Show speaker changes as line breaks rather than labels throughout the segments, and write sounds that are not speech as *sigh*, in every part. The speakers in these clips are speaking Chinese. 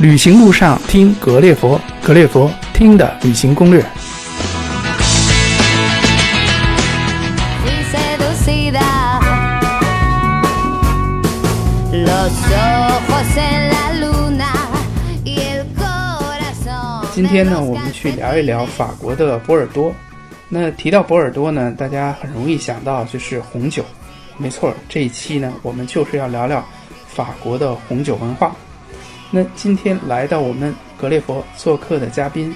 旅行路上听格列佛，格列佛听的旅行攻略。
Fui seducida. Los ojos en la luna y el corazón.
今天呢，我们去聊一聊法国的波尔多。那提到波尔多呢，大家很容易想到就是红酒。没错，这一期呢，我们就是要聊聊法国的红酒文化。那今天来到我们格列佛做客的嘉宾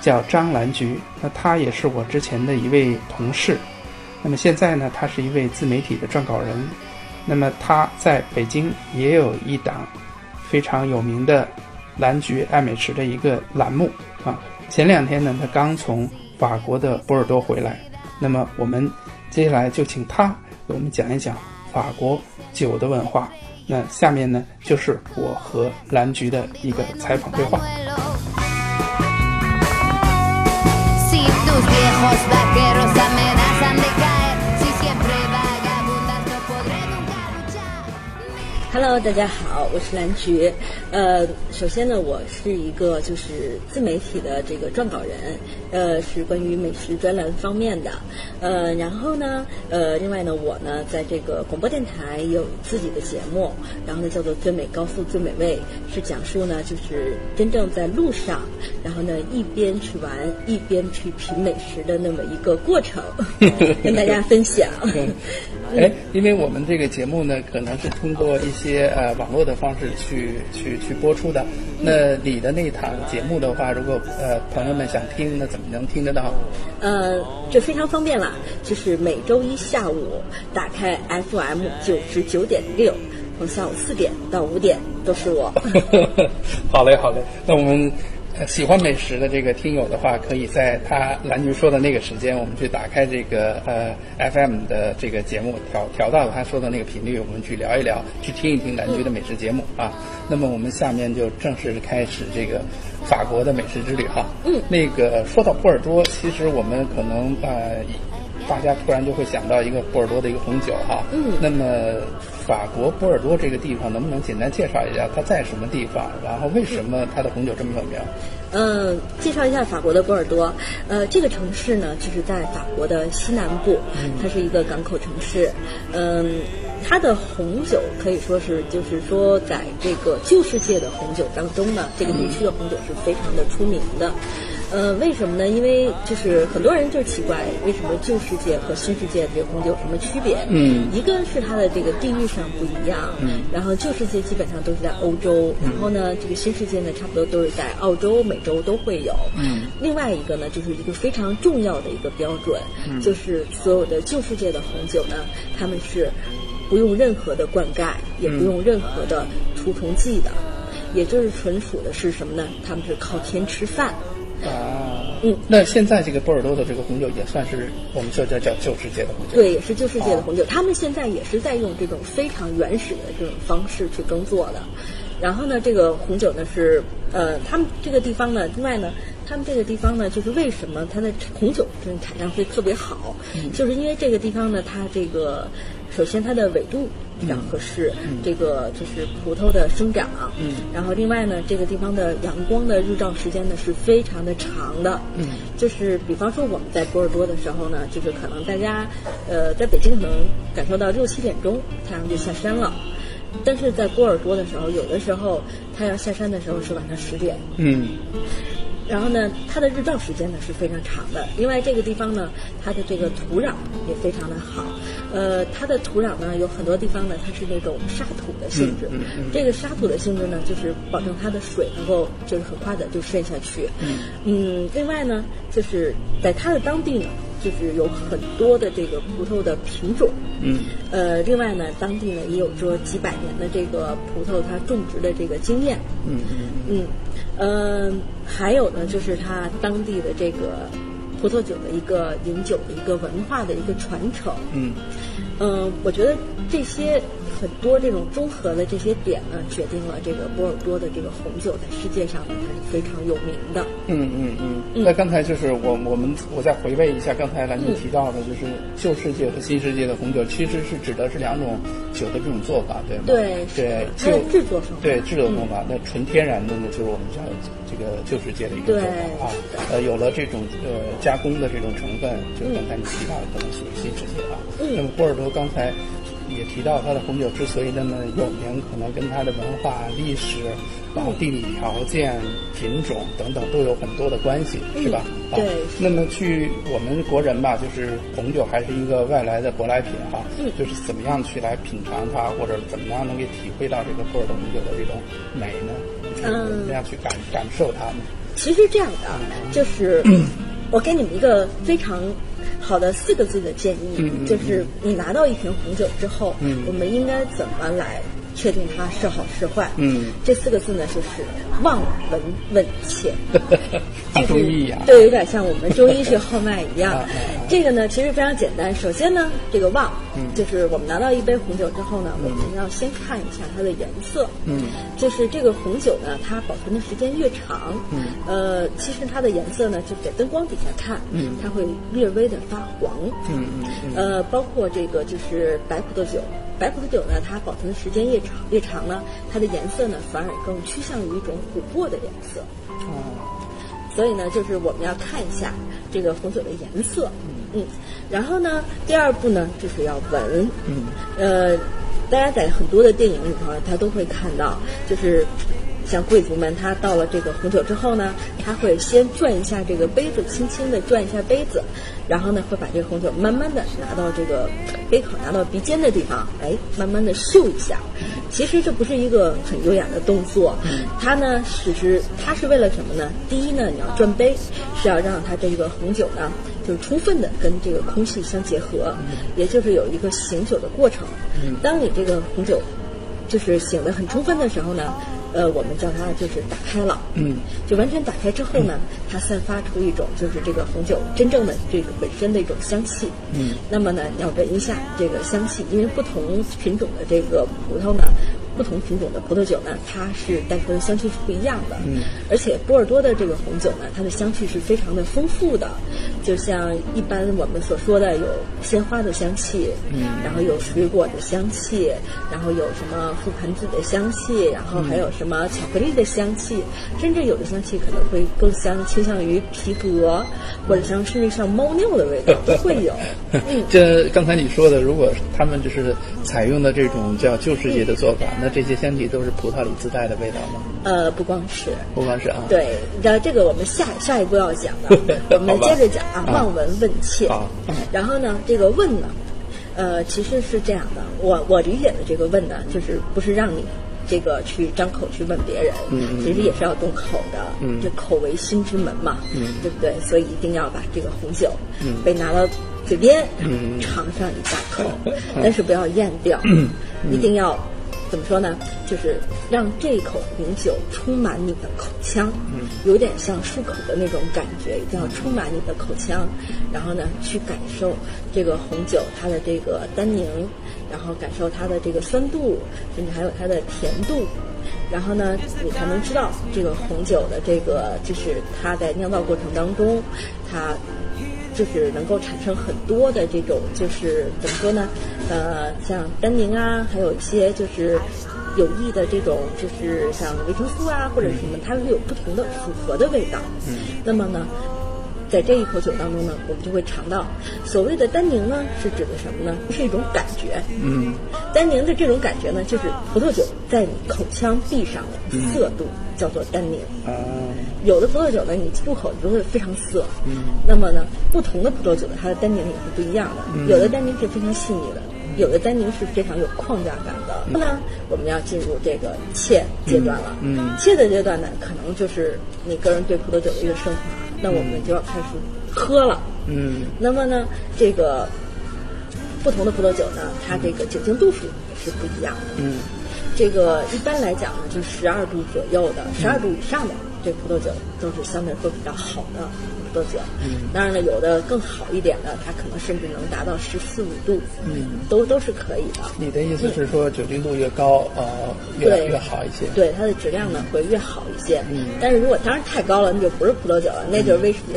叫张兰菊，那她也是我之前的一位同事。那么现在呢，她是一位自媒体的撰稿人。那么她在北京也有一档非常有名的蓝菊爱美池的一个栏目啊。前两天呢，他刚从法国的波尔多回来。那么我们接下来就请他给我们讲一讲法国酒的文化。那下面呢，就是我和蓝菊的一个采访对话。
Pañuelo. Si tus viejos vaqueros amenazan de caer, si siempre vagabundas no podré nunca luchar.
Hello，大家好，我是蓝菊。呃，首先呢，我是一个就是自媒体的这个撰稿人，呃，是关于美食专栏方面的。呃，然后呢，呃，另外呢，我呢在这个广播电台也有自己的节目，然后呢叫做《最美高速最美味》，是讲述呢就是真正在路上，然后呢一边去玩一边去品美食的那么一个过程，呃跟大家分享。
哎，因为我们这个节目呢，可能是通过一些呃网络的方式去去去播出的。那你的那档节目的话，如果呃朋友们想听，那怎么能听得到？
呃，这非常方便啦，就是每周一下午打开 FM 九十九点六，从下午四点到五点都是我。
*laughs* 好嘞，好嘞。那我们呃喜欢美食的这个听友的话，可以在他蓝菊说的那个时间，我们去打开这个呃 FM 的这个节目，调调到他说的那个频率，我们去聊一聊，去听一听蓝菊的美食节目啊。那么我们下面就正式开始这个法国的美食之旅哈。嗯，那个说到波尔多，其实我们可能呃。大家突然就会想到一个波尔多的一个红酒哈、嗯，那么法国波尔多这个地方能不能简单介绍一下它在什么地方？然后为什么它的红酒这么有名？
嗯，介绍一下法国的波尔多。呃，这个城市呢，就是在法国的西南部，它是一个港口城市。嗯，它的红酒可以说是，就是说在这个旧世界的红酒当中呢，这个地区的红酒是非常的出名的。呃，为什么呢？因为就是很多人就奇怪，为什么旧世界和新世界这个红酒有什么区别？
嗯
一个是它的这个地域上不一样，
嗯
然后旧世界基本上都是在欧洲，然后呢，这个新世界呢，差不多都是在澳洲、美洲都会有，
嗯，
另外一个呢，就是一个非常重要的一个标准，
嗯
就是所有的旧世界的红酒呢，他们是不用任何的灌溉，也不用任何的除虫剂的，也就是纯属的是什么呢？他们是靠天吃饭，
啊，
嗯
那现在这个波尔多的这个红酒也算是我们这叫叫旧世界的红酒。
对，也是旧世界的红酒，他们现在也是在用这种非常原始的这种方式去耕作的。然后呢，这个红酒呢是呃，他们这个地方呢，另外呢，他们这个地方呢，就是为什么它的红酒这种产量会特别好，就是因为这个地方呢，它这个首先它的纬度比较合适，这个就是葡萄的生长，
嗯
然后另外呢，这个地方的阳光的日照时间呢是非常的长的，
嗯
就是比方说我们在波尔多的时候呢，就是可能大家，呃，在北京可能感受到六七点钟太阳就下山了，但是在波尔多的时候，有的时候太阳下山的时候是晚上十点，
嗯
然后呢，它的日照时间呢是非常长的。另外，这个地方呢，它的这个土壤也非常的好。呃，它的土壤呢，有很多地方呢，它是那种沙土的性质。
嗯嗯嗯
这个沙土的性质呢，就是保证它的水能够就是很快的就渗下去。嗯，另外呢，就是在它的当地呢，就是有很多的这个葡萄的品种。
嗯
呃，另外呢，当地呢也有着几百年的这个葡萄它种植的这个经验。
嗯嗯
嗯，呃，还有呢，就是它当地的这个葡萄酒的一个饮酒的一个文化的一个传承。
嗯
嗯，我觉得这些很多这种综合的这些点呢，决定了这个波尔多的这个红酒在世界上呢，它是非常有名的。
嗯嗯嗯。那刚才就是我我们我再回味一下刚才兰
嗯
姐提到的，就是旧世界和新世界的红酒，其实是指的是两种酒的这种做法，对吗？
对是
对
的，它
旧
的制作方法
对制作方法，那纯天然的呢，就是我们叫这个旧世界的一种
嗯对
做法啊。呃，有了这种呃加工的这种成分，就是刚才你提到的可能属于新世界啊。
嗯
那么波尔多刚才也提到，它的红酒之所以那么有名，可能跟它的文化、历史、然后地理条件、品种等等都有很多的关系，是吧？啊
对
那么去我们国人吧，就是红酒还是一个外来的舶来品哈、
嗯
就是怎么样去来品尝它，或者怎么样能给体会到这个波尔多红酒的这种美呢？
嗯
怎么样去感感受它呢？
其实这样的，啊，就是
嗯
我给你们一个非常好的四个字的建议，
嗯嗯
就是你拿到一瓶红酒之后，
嗯
我们应该怎么来确定它是好是坏？
嗯
这四个字呢，就是望、闻、问、切。
大 *laughs*
嗯
中医啊，
对，有点像我们中医学号脉一样
*laughs* 啊啊啊。
这个呢，其实非常简单。首先呢，这个望
嗯，
就是我们拿到一杯红酒之后呢，我们要先看一下它的颜色。
嗯，
就是这个红酒呢，它保存的时间越长，
嗯，
呃，其实它的颜色呢，就是在灯光底下看，
嗯
它会略微的发黄。
嗯嗯嗯
呃，包括这个就是白葡萄酒，白葡萄酒呢，它保存的时间越长越长呢，它的颜色呢反而更趋向于一种琥珀的颜色。
哦
所以呢，就是我们要看一下这个红酒的颜色，嗯，然后呢，第二步呢就是要闻，
嗯，
呃，大家在很多的电影里头，他都会看到，就是像贵族们，他到了这个红酒之后呢，他会先转一下这个杯子，轻轻的转一下杯子，然后呢，会把这个红酒慢慢的拿到这个杯口，拿到鼻尖的地方，哎，慢慢的嗅一下。其实这不是一个很优雅的动作，它呢，使之它是为了什么呢？第一呢，你要转杯，是要让它这个红酒呢，就是充分的跟这个空气相结合，
嗯
也就是有一个醒酒的过程。当你这个红酒就是醒得很充分的时候呢，呃，我们叫它就是打开了，
嗯，
就完全打开之后呢，它散发出一种就是这个红酒真正的这个本身的一种香气，
嗯，
那么呢，你要闻一下这个香气，因为不同品种的这个葡萄呢。不同品种的葡萄酒呢，它是带出的香气是不一样的。
嗯，
而且波尔多的这个红酒呢，它的香气是非常的丰富的，就像一般我们所说的有鲜花的香气，
嗯
然后有水果的香气，然后有什么覆盆子的香气，然后还有什么巧克力的香气，甚至有的香气可能会更香，倾向于皮革，或者像甚至像猫尿的味道都会
*laughs*
有。嗯，
这刚才你说的，如果他们就是采用的这种叫旧世界的做
嗯
法，那这些香体都是葡萄里自带的味道吗？
呃，不光是。
不光是啊，，，
对，那这个我们下下一步要讲的
*laughs*
我们接着讲
好
啊
吧，
望闻问切
好嗯。
然后呢，这个问呢，呃，其实是这样的，我我理解的这个问呢，就是不是让你这个去张口去问别人，
嗯嗯
其实也是要动口的，
嗯
这口为心之门嘛，
嗯
对不对？所以一定要把这个红酒
嗯
被拿到嘴边，
嗯
尝上一大
*laughs*
口，但是不要咽掉，一定要。怎么说呢？就是让这口红酒充满你的口腔，
嗯
有点像漱口的那种感觉，一定要充满你的口腔，然后呢，去感受这个红酒它的这个单宁，然后感受它的这个酸度，甚至还有它的甜度。然后呢，你才能知道这个红酒的这个，就是它在酿造过程当中，它就是能够产生很多的这种，就是怎么说呢？呃，像单宁啊，还有一些就是有益的这种，就是像维生素啊或者什么，它会有不同的复合的味道。嗯，那么呢，在这一口酒当中呢，我们就会尝到所谓的单宁呢，是指的什么呢？是一种感觉。
嗯
单宁的这种感觉呢，就是葡萄酒在你口腔壁上的
嗯
涩度，叫做单宁。
啊，
有的葡萄酒呢，你入口就会非常涩，
嗯
那么呢，不同的葡萄酒呢，它的单宁也是不一样的，
嗯
有的单宁是非常细腻的，有的单宁是非常有框架感的。那、我们要进入这个切阶段了，
嗯嗯
切的阶段呢，可能就是你个人对葡萄酒的一个升华，那我们就要开始喝了。
嗯
那么呢，这个不同的葡萄酒呢，它这个酒精度数也是不一样的。
嗯
这个一般来讲呢，就嗯十二度左右的，十二度以上的这葡萄酒都是相对会比较好的多久。嗯，当然了，有的更好一点的，它可能甚至能达到十四五度，嗯，都都是可以的。
你的意思是说酒精度越高，呃，越
对
越好一些？
对它的质量呢会越好一些。嗯，但是如果当然太高了，那就不是葡萄酒了，那就是威士忌。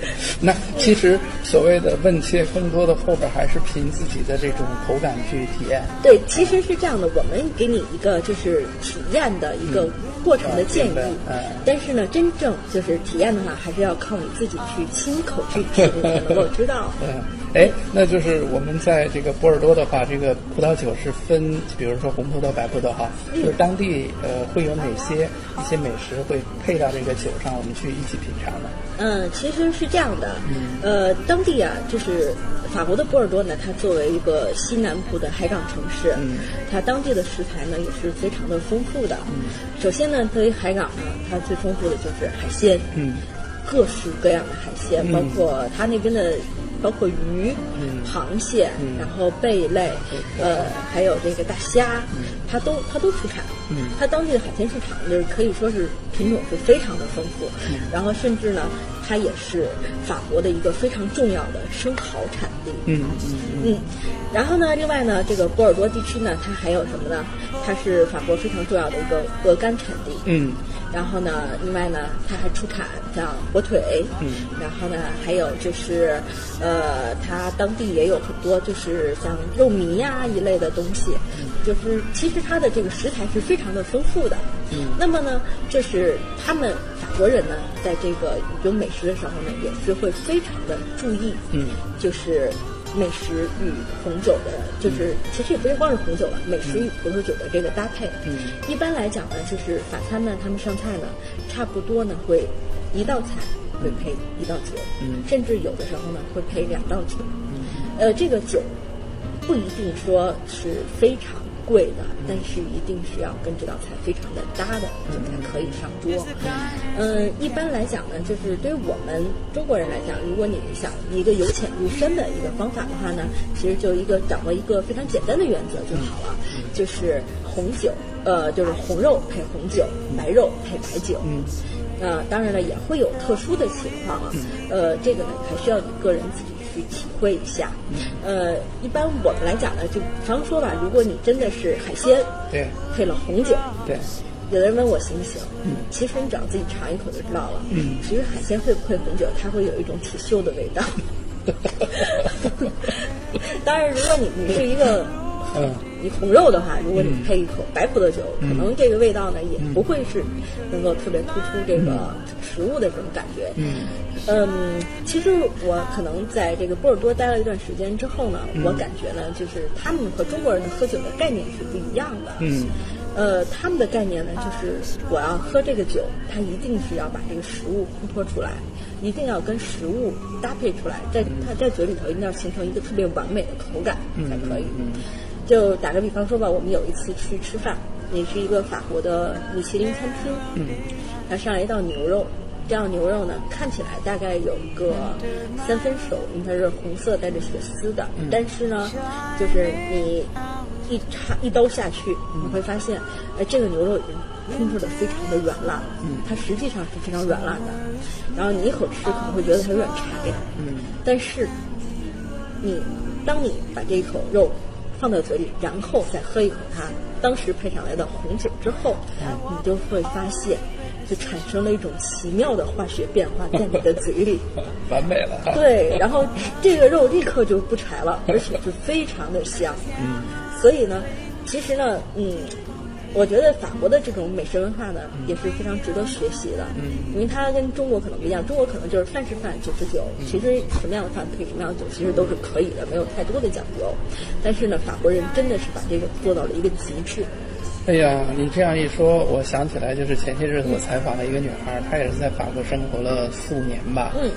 *laughs*
*laughs* 那其实所谓的问切，更多的后边还是凭自己的这种口感去体验。
对，其实是这样的，我们给你一个就是体验的一个过程的建议，
嗯嗯
但是呢，真正就是体验的话，还是要靠你自己去亲口去品，你才能够
*laughs*
知道。
嗯，哎，那就是我们在这个波尔多的话，这个葡萄酒是分，比如说红葡萄、白葡萄哈，就是当地呃会有哪些一些美食会配到这个酒上，我们去一起品尝呢？
嗯，其实是这样的，
嗯
呃，当地啊，就是法国的波尔多呢，它作为一个西南部的海港城市，
嗯
它当地的食材呢也是非常的丰富的。
嗯
首先呢，对于海港呢，它最丰富的就是海鲜，
嗯，
各式各样的海鲜，包括它那边的。包括鱼、螃蟹，然后贝类，呃，还有这个大虾，它都它都出产。它当地的海鲜市场就是可以说是品种是非常的丰富，然后甚至呢，它也是法国的一个非常重要的生蚝产地。
嗯
嗯，然后呢，另外呢，这个波尔多地区呢，它还有什么呢？它是法国非常重要的一个鹅肝产地。
嗯
然后呢，另外呢，它还出产像火腿，嗯，然后呢，还有就是，呃，它当地也有很多就是像肉糜呀、一类的东西，就是其实它的这个食材是非常的丰富的。嗯，那么呢，就是他们法国人呢，在这个有美食的时候呢，也是会非常的注意，嗯，就是。美食与红酒的，就是其实也不是光是红酒吧，美食与葡萄酒的这个搭配。嗯，一般来讲呢，就是法餐呢，他们上菜呢，差不多呢会一道菜会配一道酒，嗯，甚至有的时候呢会配两道酒。呃，这个酒不一定说是非常贵的，但是一定是要跟这道菜非常的搭的，这才可以上桌。嗯，一般来讲呢，就是对于我们中国人来讲，如果你想一个由浅入深的一个方法的话呢，其实就一个掌握一个非常简单的原则就好了，就是红酒，呃，就是红肉配红酒，白肉配白酒。嗯。呃，当然了，也会有特殊的情况啊。呃，这个呢，还需要你个人自己去体会一下。呃，一般我们来讲呢，就比方说吧，如果你真的是海鲜，
对
配了红酒，
对，
有的人问我行不行，其实你只要自己尝一口就知道了。嗯，其实海鲜会不会红酒，它会有一种体嗅的味道。当然，如果你你是一个
嗯
你红肉的话，如果你配一口白葡萄酒，可能这个味道呢也不会是能够特别突出这个食物的这种感觉。嗯，其实我可能在这个波尔多待了一段时间之后呢，我感觉呢，就是他们和中国人的喝酒的概念是不一样的。
嗯。
呃，他们的概念呢，就是我要喝这个酒，它一定是要把这个食物烘托出来，一定要跟食物搭配出来，在它在嘴里头一定要形成一个特别完美的口感才可以。就打个比方说吧，我们有一次去吃饭，也是一个法国的米其林餐厅，嗯，它上来一道牛肉。这道牛肉呢，看起来大概有个三分熟，因为它是红色带着血丝的。但是呢，就是你一插一刀下去，你会发现，哎，这个牛肉已经烹制的非常的软烂，嗯，它实际上是非常软烂的。然后你一口吃可能会觉得它有点柴，嗯，但是你当你把这一口肉放到嘴里，然后再喝一口它当时配上来的红酒之后，你就会发现，就产生了一种奇妙的化学变化在你的嘴里。
完美了 *laughs* 哈。
对，然后这个肉立刻就不柴了，而且是非常的香。嗯，所以呢，其实呢，嗯，我觉得法国的这种美食文化呢，也是非常值得学习的。嗯，因为它跟中国可能不一样，中国可能就是饭是饭，酒是酒，其实什么样的饭配什么样的酒，其实都是可以的，没有太多的讲究。但是呢，法国人真的是把这个做到了一个极致。
哎呀，你这样一说，我想起来，就是前些日子我采访了一个女孩，她也是在法国生活了四五年吧。
嗯。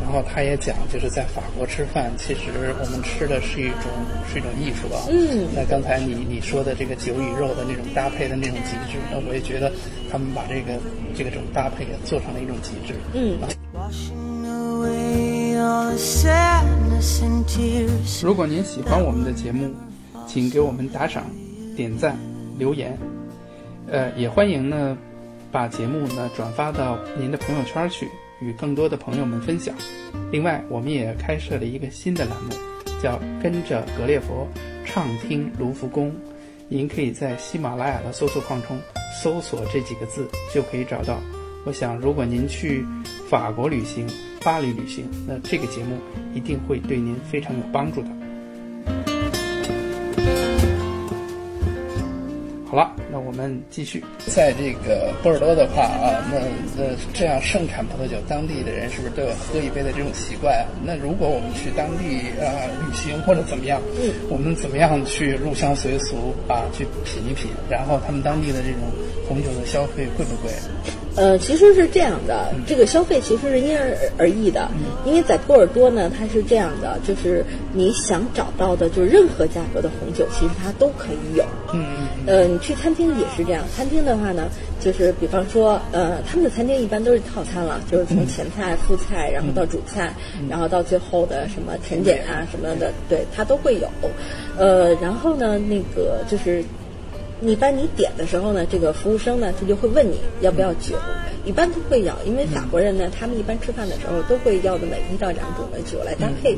然后她也讲，就是在法国吃饭，其实我们吃的是一种是一种艺术啊。
嗯。
那刚才你你说的这个酒与肉的那种搭配的那种极致，那我也觉得他们把这个这个种搭配也做成了一种极致。
嗯。
Washing away all the sadness and tears.
如果您喜欢我们的节目，请给我们打赏、点赞、留言。呃，也欢迎呢把节目呢转发到您的朋友圈去，与更多的朋友们分享。另外，我们也开设了一个新的栏目，叫“跟着格列佛畅听卢浮宫”。您可以在喜马拉雅的搜索框中搜索这几个字，就可以找到。我想，如果您去法国旅行、巴黎旅行，那这个节目一定会对您非常有帮助的。好了，那我们继续。在这个波尔多的话啊，那那这样盛产葡萄酒，当地的人是不是都有喝一杯的这种习惯啊？那如果我们去当地呃旅行或者怎么样，我们怎么样去入乡随俗啊，去品一品，然后他们当地的这种红酒的消费贵不贵？
呃，其实是这样的，这个消费其实是因人而异的，因为在波尔多呢，它是这样的，就是你想找到的，就是任何价格的红酒，其实它都可以有。
嗯嗯嗯
呃，你去餐厅也是这样，餐厅的话呢，就是比方说，呃，他们的餐厅一般都是套餐了，就是从前菜、副菜，然后到主菜，然后到最后的什么甜点啊什么的，对，它都会有。呃，然后呢，那个就是一般你点的时候呢，这个服务生呢，他就会问你要不要酒，一般都会要，因为法国人呢，他们一般吃饭的时候都会要那么一到两种的酒来搭配。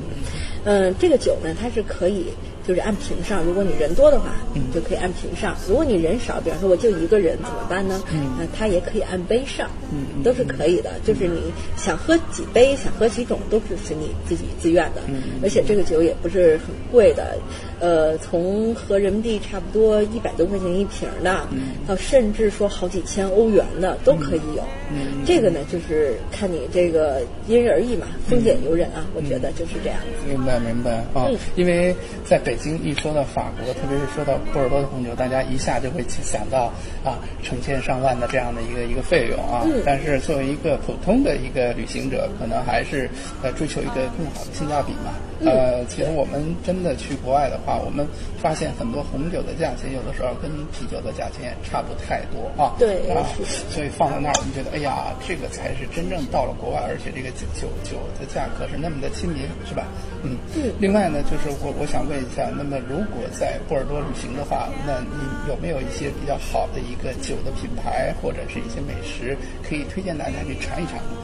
嗯、这个酒呢，它是可以就是按瓶上，如果你人多的话，就可以按瓶上；如果你人少，比方说我就一个人怎么办呢？嗯，它也可以按杯上，嗯，都是可以的。就是你想喝几杯，想喝几种，都是随你自己自愿的。
嗯
而且这个酒也不是很贵的，呃，从合人民币差不多一百多块钱一瓶的，
嗯
到甚至说好几千欧元的都可以有。
嗯
这个呢，就是看你这个因人而异嘛，丰俭由人啊，我觉得就是这样。
明白明白啊、
嗯
因为在北京一说到法国，特别是说到波尔多的红酒，大家一下就会想到啊成千上万的这样的一个一个费用啊、
嗯
但是作为一个普通的一个旅行者，可能还是呃追求一个更好的性价比嘛。
嗯
呃，其实我们真的去国外的话，我们发现很多红酒的价钱有的时候跟啤酒的价钱也差不太多啊。
对
啊
是，
所以放在那儿，我们觉得，哎呀，这个才是真正到了国外，而且这个酒酒酒的价格是那么的亲民，是吧？嗯。另外呢，就是我我想问一下，那么如果在波尔多旅行的话，那你有没有一些比较好的一个酒的品牌，或者是一些美食可以推荐大家去尝一尝呢？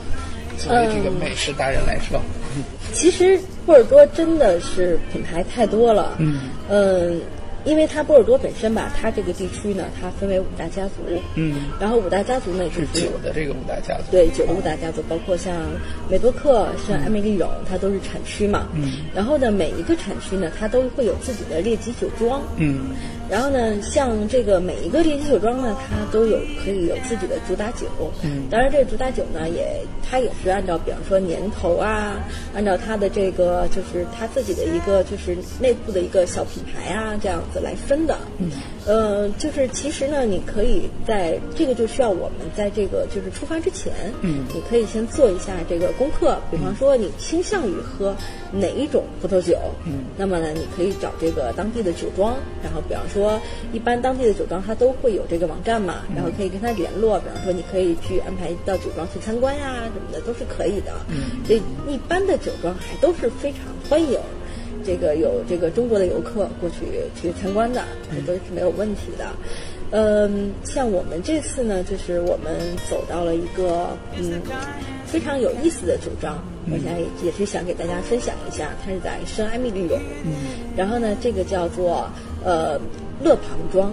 作为
嗯
这个美食达人来说，
其实波尔多真的是品牌太多了，
嗯
嗯因为它波尔多本身吧，它这个地区呢，它分为五大家族，
嗯，
然后五大家族呢就是是
酒的这个五大家族，
对九个五大家族，包括像美多克、像艾美利永，它都是产区嘛，
嗯
然后呢，每一个产区呢，它都会有自己的列级酒庄，
嗯
然后呢，像这个每一个烈酒酒庄呢，它都有可以有自己的主打酒。
嗯
当然这个主打酒呢，也它也是按照比方说年头啊，按照它的这个就是它自己的一个就是内部的一个小品牌啊这样子来分的。嗯，呃，就是其实呢，你可以在这个就需要我们在这个就是出发之前，
嗯
你可以先做一下这个功课，比方说你倾向于喝哪一种葡萄酒，
嗯
那么呢，你可以找这个当地的酒庄，然后比方说，一般当地的酒庄它都会有这个网站嘛，
嗯
然后可以跟他联络，比方说你可以去安排到酒庄去参观呀、什么的都是可以的。
嗯
所以一般的酒庄还都是非常欢迎这个有这个中国的游客过去去参观的，这都是没有问题的。嗯，像我们这次呢，就是我们走到了一个嗯非常有意思的酒庄，我想也也是想给大家分享一下，它是在圣埃米利永，然后呢，这个叫做呃勒庞庄，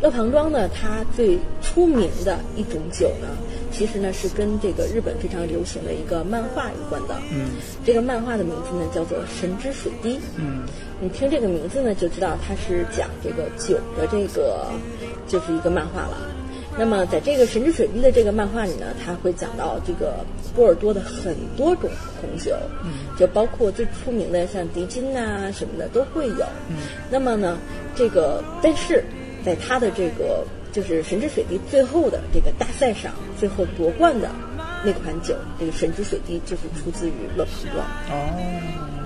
勒庞庄呢，它最出名的一种酒呢，其实呢是跟这个日本非常流行的一个漫画有关的，
嗯
这个漫画的名字呢叫做《神之水滴》，
嗯
你听这个名字呢，就知道它是讲这个酒的这个，就是一个漫画了。那么在这个《神之水滴》的这个漫画里呢，它会讲到这个波尔多的很多种红酒，就包括最出名的像迪金呐、什么的都会有。那么呢，这个但是在它的这个就是《神之水滴》最后的这个大赛上，最后夺冠的那款酒，这个《神之水滴》就是出自于勒庞庄。
哦。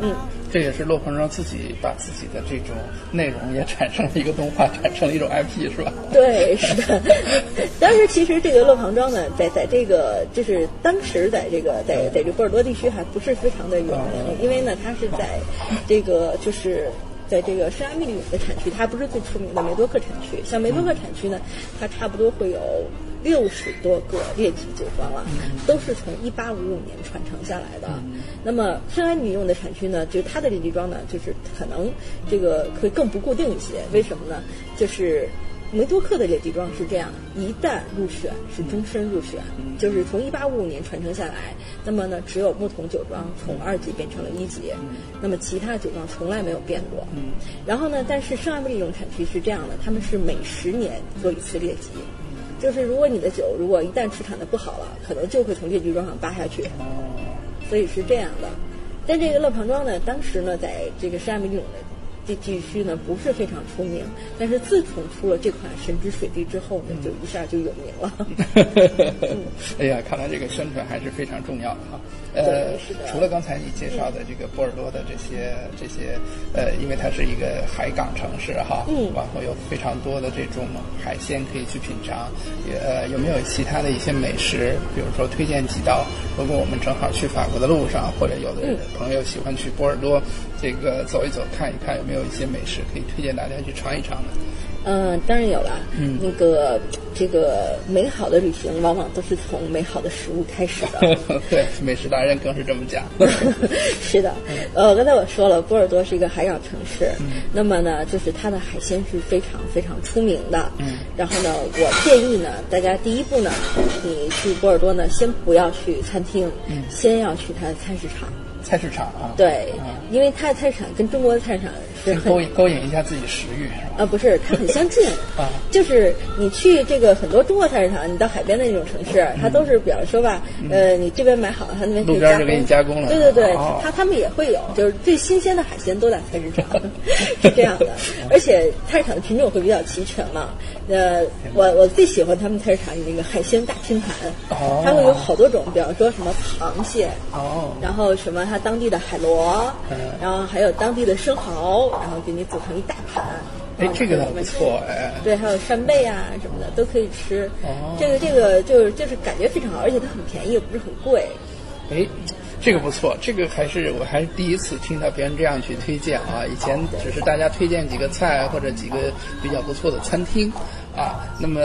嗯。
这也是洛鹏章自己把自己的这种内容也产生了一个动画，产生了一种 IP，是吧？
对，是的。当时其实这个乐庞庄呢，在在这个就是当时在这个在在这个波尔多地区还不是非常的有名，因为呢它是在这个就是在这个圣拉密里的产区，它不是最出名的梅多克产区。像梅多克产区呢，它差不多会有六十多个列级酒庄了，都是从一八五五年传承下来的。那么圣安女用的产区呢，就是它的列级庄呢，就是可能这个会更不固定一些。为什么呢？就是梅多克的列级庄是这样，一旦入选是终身入选，就是从一八五五年传承下来。那么呢，只有牧童酒庄从二级变成了一级，那么其他酒庄从来没有变过。然后呢，但是圣安布利这种产区是这样的，他们是每十年做一次列级。就是如果你的酒如果一旦出产的不好了，可能就会从列级庄上扒下去，所以是这样的。但这个乐庞庄呢，当时呢，在这个山姆这种的这地区呢，不是非常出名，但是自从出了这款神之水滴之后呢，就一下就有名了。
*laughs* 哎呀，看来这个宣传还是非常重要的哈。
对
呃
是的，
除了刚才你介绍的这个波尔多的这些这些，呃，因为它是一个海港城市哈，
嗯
然后有非常多的这种海鲜可以去品尝，也呃，有没有其他的一些美食？比如说推荐几道，如果我们正好去法国的路上，或者有
嗯
的朋友喜欢去波尔多这个走一走看一看，有没有一些美食可以推荐大家去尝一尝呢？
*laughs* 嗯，当然有了。嗯，那个这个美好的旅行往往都是从美好的食物开始
*laughs*
的。
对，美食达人更是这么讲。
*laughs* 是的，呃，刚才我说了，波尔多是一个海港城市，那么呢，就是它的海鲜是非常非常出名的。嗯，然后呢，我建议呢，大家第一步呢，你去波尔多呢，先不要去餐厅，先要去它的菜市场。
菜市场啊，，
对
嗯，
因为它的菜市场跟中国的菜市场是很
勾引勾引一下自己食欲是吧？
啊，不是，它很相近
*laughs* 啊
就是你去这个很多中国菜市场，你到海边的那种城市，它都是比方说吧，呃，你这边买好了，它那边
嗯路
可以
边
加
就
工，
给你加工了
对对对
哦，
它他们也会有，就是最新鲜的海鲜都在菜
*laughs*
市场，是这样的。
哦
而且菜市场的品种会比较齐全嘛。
嗯
呃，我我最喜欢他们菜市场有那个海鲜大拼盘，
哦
它会有好多种，比方说什么螃蟹，
哦
然后什么它当地的海螺
嗯，
然后还有当地的生蚝，然后给你组成一大盘。
哎
然，后
这个
给
倒
我
不
们吃
错哎。
对，还有扇贝啊什么的都可以吃。
哦
这个这个就是就是感觉非常好，而且它很便宜，也不是很贵。
哎，这个不错，这个还是我还是第一次听到别人这样去推荐啊。以前只是大家推荐几个菜或者几个比较不错的餐厅啊。那么，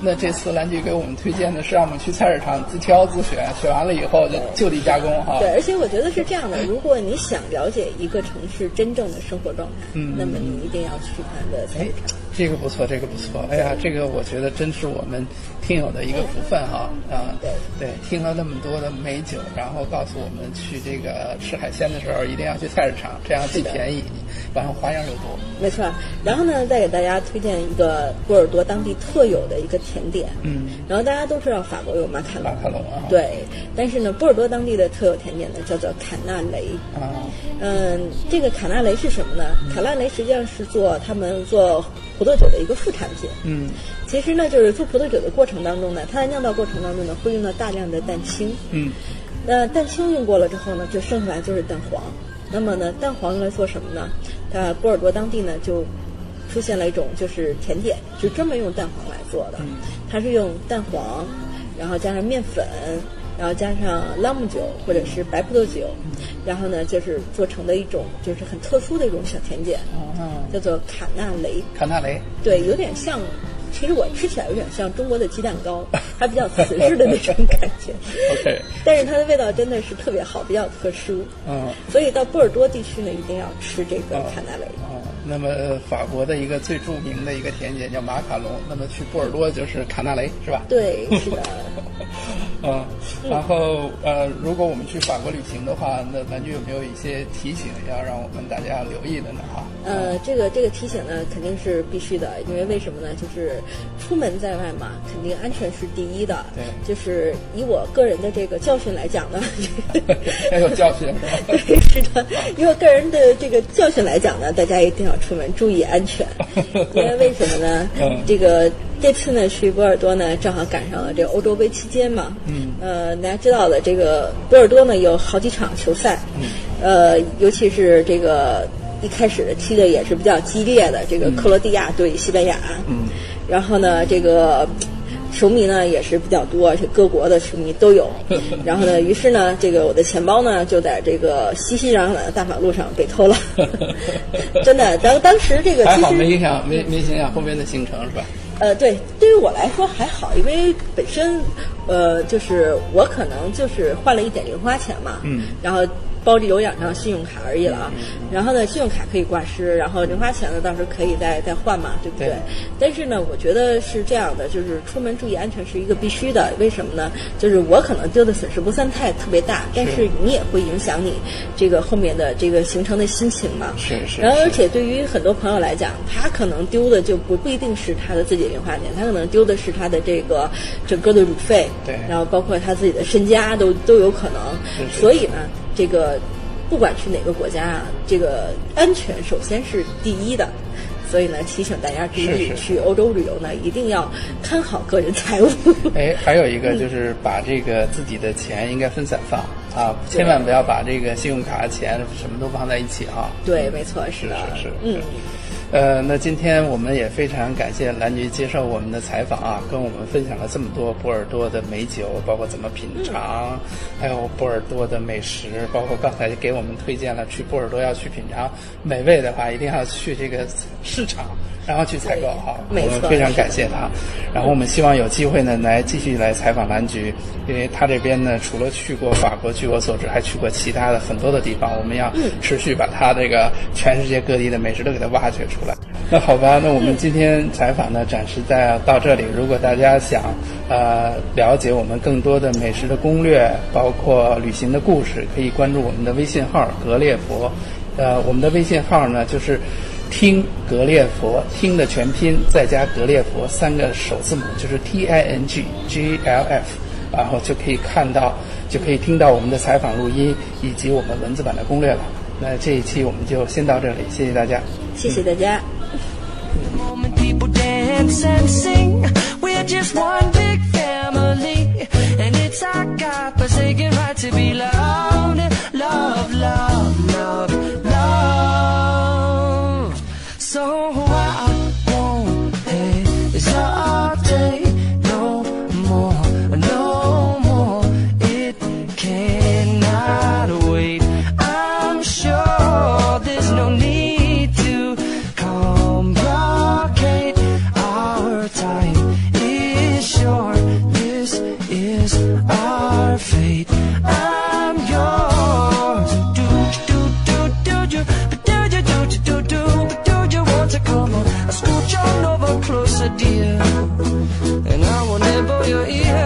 那这次兰菊给我们推荐的是让我们去菜市场自挑自选，选完了以后就就地加工哈、
对，而且我觉得是这样的，如果你想了解一个城市真正的生活状态，
嗯
那么你一定要去它的菜
哎
市场。，
这个不错，这个不错。哎呀，这个我觉得真是我们听友的一个福分哈啊！
对
对，听了那么多的美酒，然后告诉我们去这个吃海鲜的时候一定要去菜市场，这样既便宜，然后花样又多。
没错，然后呢，再给大家推荐一个波尔多当地特有的一个甜点。
嗯，
然后大家都知道法国有马卡
马
龙，
卡龙啊，
对，但是呢，波尔多当地的特有甜点呢叫做卡纳雷。
啊，
嗯，这个卡纳雷是什么呢？卡纳雷实际上是做他们做葡萄酒的一个副产品。
嗯
其实呢，就是做葡萄酒的过程当中呢，它在酿造过程当中呢，会用到大量的蛋清。
嗯，
那蛋清用过了之后呢，就剩下来就是蛋黄。那么呢，蛋黄用来做什么呢？它波尔多当地呢就出现了一种就是甜点，就专门用蛋黄来做的。它是用蛋黄，然后加上面粉，然后加上朗姆酒或者是白葡萄酒，然后呢就是做成的一种就是很特殊的一种小甜点，
啊，
叫做卡纳雷。
卡纳雷，
对，有点像，其实我吃起来有点像中国的鸡蛋糕，它比较瓷实的那种感觉。
OK
但是它的味道真的是特别好，比较特殊。
嗯。
所以到波尔多地区呢，一定要吃这个
哦
卡纳雷。
啊，那么法国的一个最著名的一个甜点叫马卡龙，那么去波尔多就是卡纳雷，是吧？
对，
*laughs*
是的，
嗯，然后呃，如果我们去法国旅行的话，那南局有没有一些提醒要让我们大家留意的呢？哈， *laughs*
呃，这个这个提醒呢肯定是必须的，因为为什么呢？就是出门在外嘛，肯定安全是第一的。
对
就是以我个人的这个教训来讲呢，
*laughs* 要有教训是吧？
*laughs* 对，是的，以我个人的这个教训来讲呢，大家一定要出门注意安
*laughs*
全，因为为什么呢
嗯？
这个这次呢去波尔多呢，正好赶上了这个欧洲杯期间嘛。嗯。呃，大家知道的，这个波尔多呢有好几场球赛，
嗯
呃，尤其是这个一开始踢的也是比
嗯
较激烈的，这个克罗地亚对西班牙。嗯。然后呢，这个球迷呢也是比较多，而且各国的球迷都
*laughs*
有。然后呢，于是呢，这个我的钱包呢就在这个熙熙攘攘的大马路上
*laughs*
被偷了。真的，当当时这个
还
其
好没
实
影响，没没影响后面的行程是吧？
呃，对，对于我来说还好，因为本身呃就是我可能就是换了一点零花钱嘛，
嗯
然后包里有两张信用卡而已了啊。然后呢，信用卡可以挂失，然后零花钱呢到时候可以再再换嘛，对不对？
对
但是呢，我觉得是这样的，就是出门注意安全是一个必须的。为什么呢？就是我可能丢的损失不算太特别大，但是你也会影响你这个后面的这个行程的心情嘛。
是是
然后，
是
而且对于很多朋友来讲，他可能丢的就不不一定是他的自己的零花钱，他可能丢的是他的这个整个的旅费，
对
然后包括他自己的身家都都有可能。
是是
所以呢，这个不管去哪个国家啊，这个安全首先是第一的。所以呢，提醒大家注意，
是是
去欧洲旅游呢，一定要看好个人财务。 *laughs*
哎，还有一个就是把这个自己的钱应该分散放啊，
对
千万不要把这个信用卡、钱什么都放在一起啊。
对，没错，是
是
的，
是是，
嗯
是。呃，那今天我们也非常感谢蓝菊接受我们的采访啊，跟我们分享了这么多波尔多的美酒，包括怎么品尝，还有波尔多的美食，包括刚才给我们推荐了去波尔多要去品尝美味的话，一定要去这个市场，然后去采购啊。
对没
我们
错
非常
是
感谢他。然后我们希望有机会呢，来继续来采访蓝菊，因为他这边呢，除了去过法国，据我所知，还去过其他的很多的地方。我们要持续把他这个全世界各地的美食都给他挖掘出来。那好吧，那我们今天采访呢，暂时在到这里。如果大家想呃了解我们更多的美食的攻略，包括旅行的故事，可以关注我们的微信号“格列佛”。呃，我们的微信号呢就是听格列佛，听的全拼再加格列佛三个首字母，就是 T I N G G L F，然后就可以看到，就可以听到我们的采访录音以及我们文字版的攻略了。那这一期我们就先到这里，谢谢大家。
谢谢大家。
moment people dance and sing. We're just one big family, and it's our God forsaken right to be loved. Love, love, love, love. So I won't hesitate no more, no more. It cannot wait. I'm sure there's no need to complicate. Our time is short. This is our fate. I'm yours. Do do do do do do do do do do do do. Want to come on? Scooch on over closer, dear, and I will nibble your ear. *laughs*